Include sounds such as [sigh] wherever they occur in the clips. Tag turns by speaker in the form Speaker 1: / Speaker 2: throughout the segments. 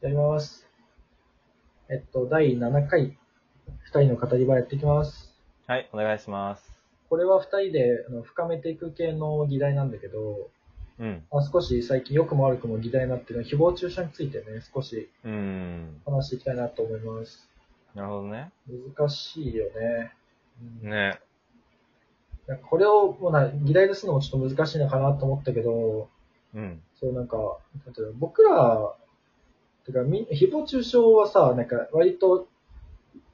Speaker 1: やります。えっと、第7回、二人の語り場やっていきます。
Speaker 2: はい、お願いします。
Speaker 1: これは二人であの深めていく系の議題なんだけど、
Speaker 2: うん。
Speaker 1: まあ、少し最近良くも悪くも議題になってる誹謗中傷についてね、少し
Speaker 2: うーん。
Speaker 1: 話していきたいなと思います。
Speaker 2: なるほどね。
Speaker 1: 難しいよね。うん
Speaker 2: ね。
Speaker 1: なんかこれをもうな議題でするのもちょっと難しいのかなと思ったけど、
Speaker 2: うん。
Speaker 1: そうなんか、なんていうの僕ら、てかみ、誹謗中傷はさ、なんか割と、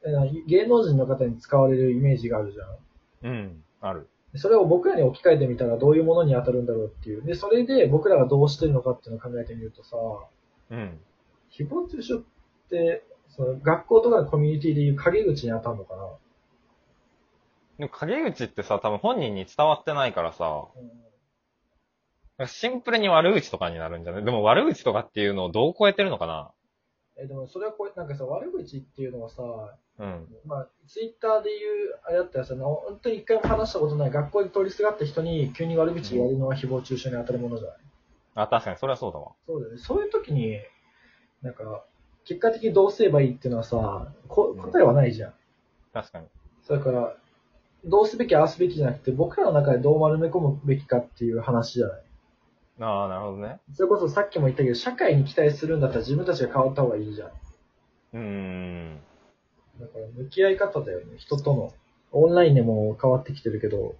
Speaker 1: えー芸能人の方に使われるイメージがあるじゃん。
Speaker 2: うん。ある。
Speaker 1: それを僕らに置き換えてみたらどういうものに当たるんだろうっていう。で、それで僕らがどうしてるのかっていうのを考えてみるとさ、
Speaker 2: うん。
Speaker 1: 誹謗中傷って、その学校とかのコミュニティでいう陰口に当たるのかな、
Speaker 2: でも陰口ってさ、多分本人に伝わってないからさ、シンプルに悪口とかになるんじゃないでも悪口とかっていうのをどう超えてるのかな
Speaker 1: え、でもそれはこう、なんかさ、悪口っていうのはさ、
Speaker 2: うん。
Speaker 1: まあ、ツイッターで言う、あれだったらさ、な本当に一回も話したことない、学校で通りすがった人に急に悪口言われるのは誹謗中傷に当たるものじゃない。
Speaker 2: あ、確かに、それはそうだわ。
Speaker 1: そうだよね。そういう時に、なんか、結果的にどうすればいいっていうのはさ、こ
Speaker 2: うん
Speaker 1: 答えはないじゃん。
Speaker 2: 確かに。
Speaker 1: それから、どうすべき、ああすべきじゃなくて、僕らの中でどう丸め込むべきかっていう話じゃない。
Speaker 2: ああ、なるほどね。
Speaker 1: それこそさっきも言ったけど、社会に期待するんだったら自分たちが変わった方がいいじゃん。
Speaker 2: うーん。
Speaker 1: だから、向き合い方だよね。人との。オンラインでも変わってきてるけど、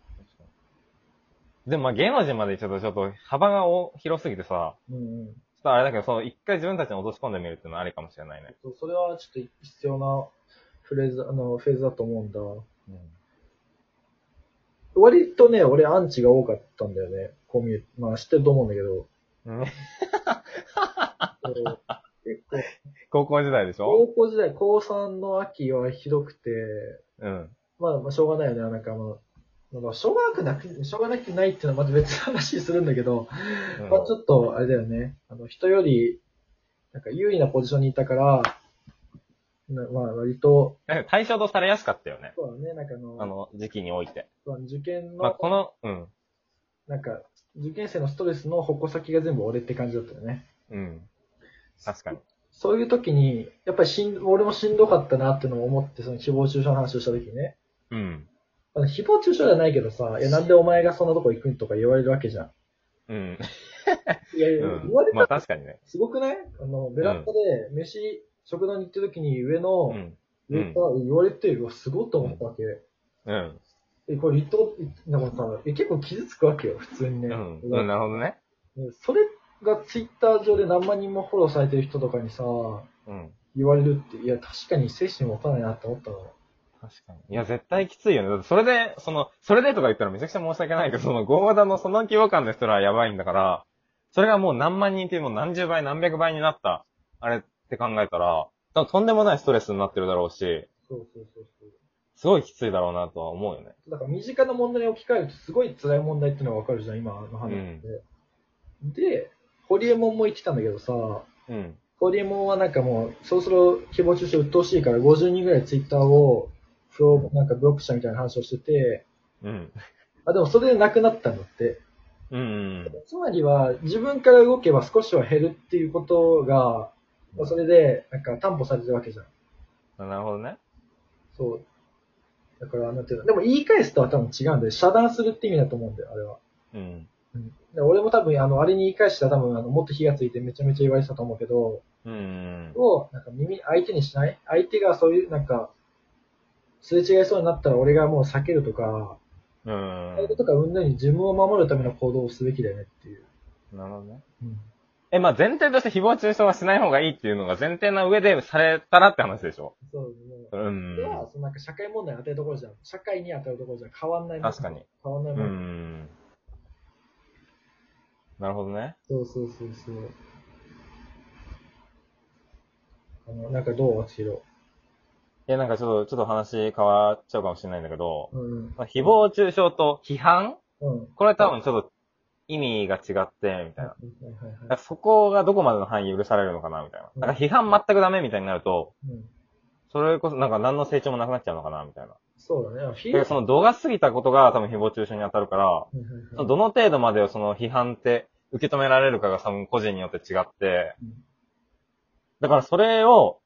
Speaker 2: でもまあ芸能人までちょっと、ちょっと幅がお広すぎてさ、
Speaker 1: うんうん。
Speaker 2: ちょっとあれだけど、その一回自分たちに落とし込んでみるっていうのはありかもしれないね。
Speaker 1: そうそれはちょっと必要なフレーズ、あの、フェーズだと思うんだ。割とね、俺アンチが多かったんだよね。こう見え、まあ知ってると思うんだけ [laughs] ど。
Speaker 2: うん。
Speaker 1: そう結構、
Speaker 2: 高校時代でしょ
Speaker 1: 高校時代、高3の秋はひどくて、
Speaker 2: うん。
Speaker 1: まあ、まあ、しょうがないよね、なんかまあ、なんかしょうがなくなく、しょうがなくないっていうのはまた別の話するんだけど、
Speaker 2: うん
Speaker 1: まあちょっと、あれだよね、あの、人より、なんか優位なポジションにいたから、なまあ割と、
Speaker 2: なんか対象とされやすかったよね。
Speaker 1: そうだね、なんかあの、
Speaker 2: あの、時期において。
Speaker 1: 受験の、
Speaker 2: まあ、この、うん。
Speaker 1: なんか、受験生のストレスの矛先が全部俺って感じだったよね。
Speaker 2: うん。確かに。
Speaker 1: そういう時に、やっぱりしん、俺もしんどかったなってのを思って、その誹謗中傷の話をした時にね。
Speaker 2: うん。
Speaker 1: あの誹謗中傷じゃないけどさ、いや、なんでお前がそんなとこ行くんとか言われるわけじゃ
Speaker 2: うん。
Speaker 1: ん。いやいや、
Speaker 2: うん
Speaker 1: 言われ。た
Speaker 2: まあ、
Speaker 1: ら
Speaker 2: 確かにね。
Speaker 1: すごくないあの、ベランダで飯、食堂に行った時に上
Speaker 2: う
Speaker 1: の、
Speaker 2: ん。
Speaker 1: 上から言われて、うわすごいと思ったわけ。
Speaker 2: うん。
Speaker 1: え、これ言ったこと、なんかさ、え結構傷つくわけよ、普通にね。
Speaker 2: うん。うん。なるほどね。
Speaker 1: それがツイッター上で何万人もフォローされてる人とかにさ、
Speaker 2: うん。
Speaker 1: 言われるって、いや、確かに精神持たないなって思ったの。
Speaker 2: 確かに。いや、絶対きついよね。だって、それで、その、それでとか言ったらめちゃくちゃ申し訳ないけど、その、ゴーダのその規模感の人らはやばいんだから、それがもう何万人っていうもう何十倍、何百倍になった、あれって考えたら、多分とんでもないストレスになってるだろうし、
Speaker 1: そうそうそうそう。
Speaker 2: すごいきついだろうなとは思うよね。
Speaker 1: だから身近な問題に置き換えるとすごい辛い問題っていうのがわかるじゃん、今の話で。で、ホリエモンも言ってたんだけどさ、
Speaker 2: うん。
Speaker 1: ホリエモンはなんかもう、そろそろ誹謗中傷鬱陶しいから50人ぐらいツイッターを、フローなんかブロックしたみたいな話をしてて、
Speaker 2: うん。
Speaker 1: あ、でもそれでなくなったんだって。
Speaker 2: うん。
Speaker 1: つまりは、自分から動けば少しは減るっていうことが、まあそれで、なんか担保されてるわけじゃん。
Speaker 2: なるほどね。
Speaker 1: そう。だから、なんていうの、でも言い返すとは多分違うんで、遮断するって意味だと思うんだよ、あれは。
Speaker 2: うん。
Speaker 1: うん、で俺も多分、あの、あれに言い返したら多分、あの、もっと火がついてめちゃめちゃ言われてたと思うけど、
Speaker 2: うん。
Speaker 1: を、なんか耳、相手にしない相手がそういう、なんか、すれ違いそうになったら俺がもう避けるとか、
Speaker 2: う。
Speaker 1: うん相手とかうんだに自分を守るための行動をすべきだよねっていう。
Speaker 2: なるほどね。
Speaker 1: うん。
Speaker 2: え、まあ、前提として誹謗中傷はしない方がいいっていうのが前提な上でされたらって話でしょ
Speaker 1: そうですね。
Speaker 2: う
Speaker 1: そ
Speaker 2: ん
Speaker 1: れ。は、そのなんか社会問題に当たるところじゃん。社会に当たるところじゃん。変わんないもん
Speaker 2: 確かに。
Speaker 1: 変わんないうもん。
Speaker 2: ん。なるほどね。
Speaker 1: そうそうそうそう。あの、なんかどう私ろ。
Speaker 2: いや、なんかちょっと、ちょっと話変わっちゃうかもしれないんだけど、
Speaker 1: うん。
Speaker 2: まあ、誹謗中傷と批判
Speaker 1: うん。は
Speaker 2: これ多分ちょっと意味が違って、みたい
Speaker 1: い
Speaker 2: な。
Speaker 1: はい
Speaker 2: だか
Speaker 1: は
Speaker 2: らそこがどこまでの範囲許されるのかな、みたいな。なんか批判全くダメみたいになると、
Speaker 1: い。うん。
Speaker 2: それこそなんか何の成長もなくなっちゃうのかな、みたいな。
Speaker 1: そうだね。フィー
Speaker 2: で、その度が過ぎたことが多分誹謗中傷に当たるから、
Speaker 1: はいはいはい
Speaker 2: そのどの程度までをその批判って受け止められるかが多分個人によって違って
Speaker 1: うん、
Speaker 2: だからそれを、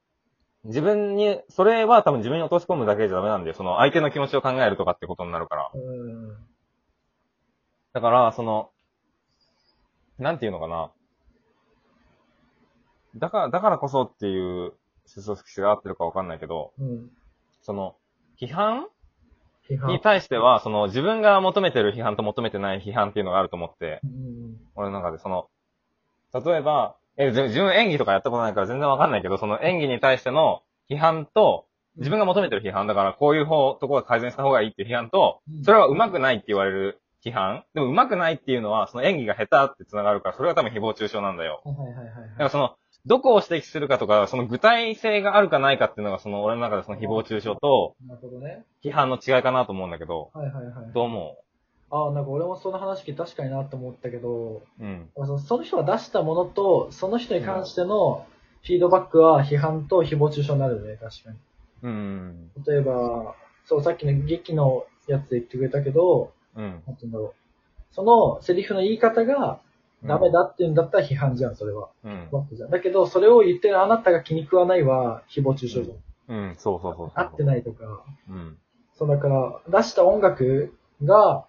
Speaker 2: 自分に、それは多分自分に落とし込むだけじゃダメなんで、その相手の気持ちを考えるとかってことになるから。
Speaker 1: うん。
Speaker 2: だから、その、なんていうのかな。だから、だからこそっていう、思想式が合ってるかわかんないけど、
Speaker 1: うん。
Speaker 2: その、批判
Speaker 1: 批判
Speaker 2: に。対しては、その自分が求めてる批判と求めてない批判っていうのがあると思って、
Speaker 1: うん。
Speaker 2: 俺の中でその、例えば、え、ぜ自分演技とかやったことないから全然わかんないけど、その演技に対しての批判と、自分が求めてる批判だから、こういう方、ところが改善した方がいいっていう批判と、それは上手くないって言われる批判。でも上手くないっていうのは、その演技が下手って繋がるから、それは多分誹謗中傷なんだよ。
Speaker 1: はいはいはいはい
Speaker 2: だか
Speaker 1: はい。
Speaker 2: らその、どこを指摘するかとか、その具体性があるかないかっていうのが、その俺の中でその誹謗中傷と
Speaker 1: なるほどね。
Speaker 2: 批判の違いかなと思うんだけど、
Speaker 1: はいはいはい。
Speaker 2: どう思
Speaker 1: ああ、なんか俺もその話聞いて確かになと思ったけど、
Speaker 2: ううん。
Speaker 1: そのその人が出したものと、その人に関してのフィードバックは批判と誹謗中傷になるよね、確かに。
Speaker 2: うん。
Speaker 1: 例えば、そう、さっきの劇のやつで言ってくれたけど、
Speaker 2: うん。
Speaker 1: なんて言うんだろう。そのセリフの言い方がダメ。だっていうんだったら批判じゃん、それは。
Speaker 2: うん。
Speaker 1: バックじゃん。だけど、それを言ってるあなたが気に食わないは誹謗中傷じゃん。
Speaker 2: うん、そうそうそうそう。
Speaker 1: 合ってないとか。
Speaker 2: うん。
Speaker 1: そう、だから、出した音楽が、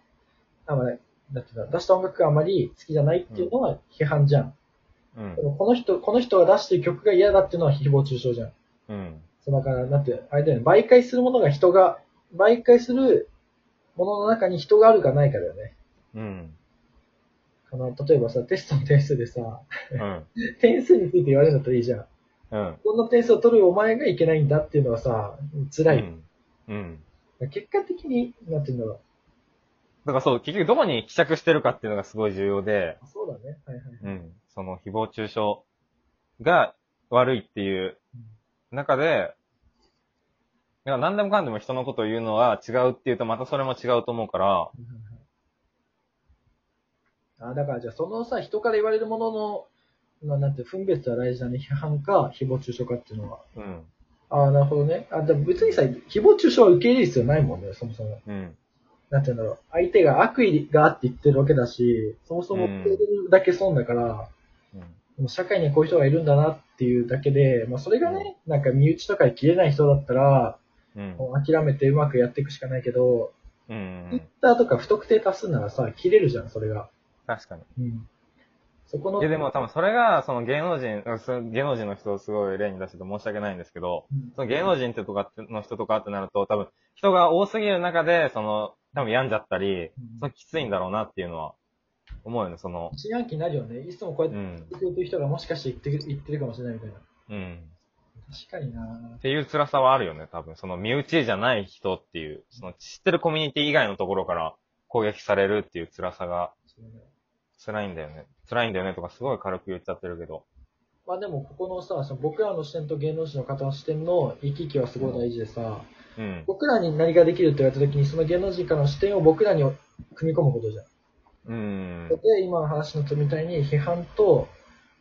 Speaker 1: あまり、なんていうんだろう出した音楽があまり好きじゃないっていうのは批判じゃん。
Speaker 2: うん
Speaker 1: で。もこの人、この人が出してる曲が嫌だっていうのは誹謗中傷じゃん。
Speaker 2: うん。
Speaker 1: そうだから、なんて、あれだよね、媒介するものが人が、媒介するものの中に人があるかないかだよね。
Speaker 2: うん。
Speaker 1: あの、例えばさ、テストの点数でさ、 [laughs]
Speaker 2: うん。
Speaker 1: 点数について言われるんだったらいいじゃん。
Speaker 2: うん。
Speaker 1: こんな点数を取るお前がいけないんだっていうのはさ、辛い。
Speaker 2: うん。
Speaker 1: 結果的に、なんて言うんだろ
Speaker 2: だからそう、結局どこに希釈してるかっていうのがすごい重要で、
Speaker 1: う。そうだね。はいはい。
Speaker 2: うん。その誹謗中傷が悪いっていう中で、だから何でもかんでも人のことを言うのは違うっていうとまたそれも違うと思うから、
Speaker 1: あだからじゃあそのさ、人から言われるものの、ななんて分別は大事だね。批判か、誹謗中傷かっていうのは。
Speaker 2: うん。
Speaker 1: ああ、なるほどね。あ、でも別にさ、誹謗中傷は受け入れる必要ないもんね、そもそも。
Speaker 2: うん。
Speaker 1: なんていうんだろう。相手が悪意があって言ってるわけだし、そもそも
Speaker 2: うん
Speaker 1: 受け入れるだけ損だから、
Speaker 2: うん
Speaker 1: もう社会にこういう人がいるんだなっていうだけで、まあそれがね、なんか身内とかで切れない人だったら、
Speaker 2: うん。
Speaker 1: もう諦めてうまくやっていくしかないけど、
Speaker 2: う
Speaker 1: Twitter
Speaker 2: ん。
Speaker 1: とか不特定多数ならさ、切れるじゃん、それが。
Speaker 2: 確かに。
Speaker 1: うん。そこの。
Speaker 2: いやでも多分それが、その芸能人、 [laughs] うんその芸能人の人をすごい例に出してて申し訳ないんですけど、
Speaker 1: うん、
Speaker 2: その芸能人ってとかっての人とかってなると、多分人が多すぎる中で、その、多分病んじゃったり、そのきついんだろうなっていうのは、思うよね、その、
Speaker 1: 一暗記になるよね。いつもこうや
Speaker 2: う
Speaker 1: って
Speaker 2: ん。
Speaker 1: 言ってくれてる人がもしかして言ってく言ってるかもしれないみたいな。
Speaker 2: うん。
Speaker 1: 確かにな
Speaker 2: っていう辛さはあるよね、多分。その身内じゃない人っていう、その知ってるコミュニティ以外のところから攻撃されるっていう辛さが辛いんだよね。辛いんだよねとかすごい軽く言っちゃってるけど。
Speaker 1: まあでも、ここのさ、その僕らの視点と芸能人の方の視点の行き来はすごい大事でさ、
Speaker 2: うん。
Speaker 1: 僕らに何ができるって言われた時に、その芸能人からの視点を僕らに組み込むことじゃん。
Speaker 2: うん。
Speaker 1: で、今の話のとみたいに、批判と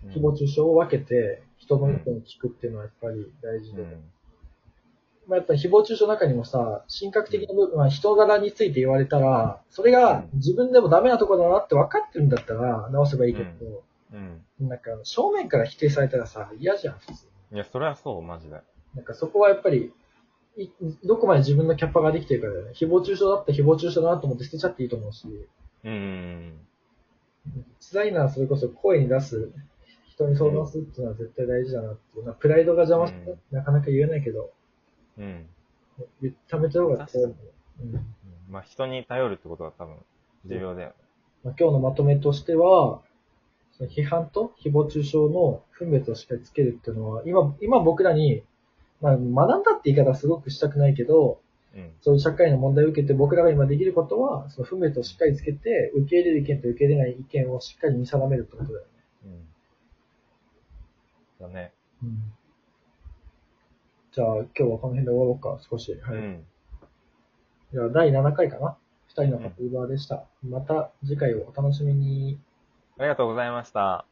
Speaker 2: うん
Speaker 1: 誹謗中傷を分けて、人の意見を聞くっていうのはやっぱり大事
Speaker 2: う
Speaker 1: で、
Speaker 2: ん
Speaker 1: まあ、やっぱり誹謗中傷の中にもさ、神格的な部分、まあ、人柄について言われたら、それが自分でもダメなところだなって分かってるんだったら直せばいいけど、
Speaker 2: うん。
Speaker 1: なんか正面から否定されたらさ、嫌じゃん、普通。
Speaker 2: いや、それはそう、マジで。
Speaker 1: なんかそこはやっぱり、いどこまで自分のキャッパができてるかだよね。誹謗中傷だったら誹謗中傷だなと思って捨てちゃっていいと思うし、
Speaker 2: うん。
Speaker 1: 辛いならそれこそ声に出す、人に相談するっていうのは絶対大事だなっていうのは、プライドが邪魔して、なかなか言えないけど、
Speaker 2: うん。
Speaker 1: 言っためた方が強いと思う。うん
Speaker 2: まあ、人に頼るってことは多分、重要だよね。
Speaker 1: まあ、今日のまとめとしては、その批判と誹謗中傷の分別をしっかりつけるっていうのは、今、今僕らに、まあ、学んだって言い方はすごくしたくないけど、
Speaker 2: うん。
Speaker 1: そういう社会の問題を受けて僕らが今できることは、その分別をしっかりつけて、受け入れる意見と受け入れない意見をしっかり見定めるってことだよね。
Speaker 2: うん。だね。
Speaker 1: じゃあ今日はこの辺で終わろうか、少し。
Speaker 2: う
Speaker 1: はい。
Speaker 2: ん。
Speaker 1: じゃあ第7回かな。二人のカップルバーでした。また次回をお楽しみに。
Speaker 2: ありがとうございました。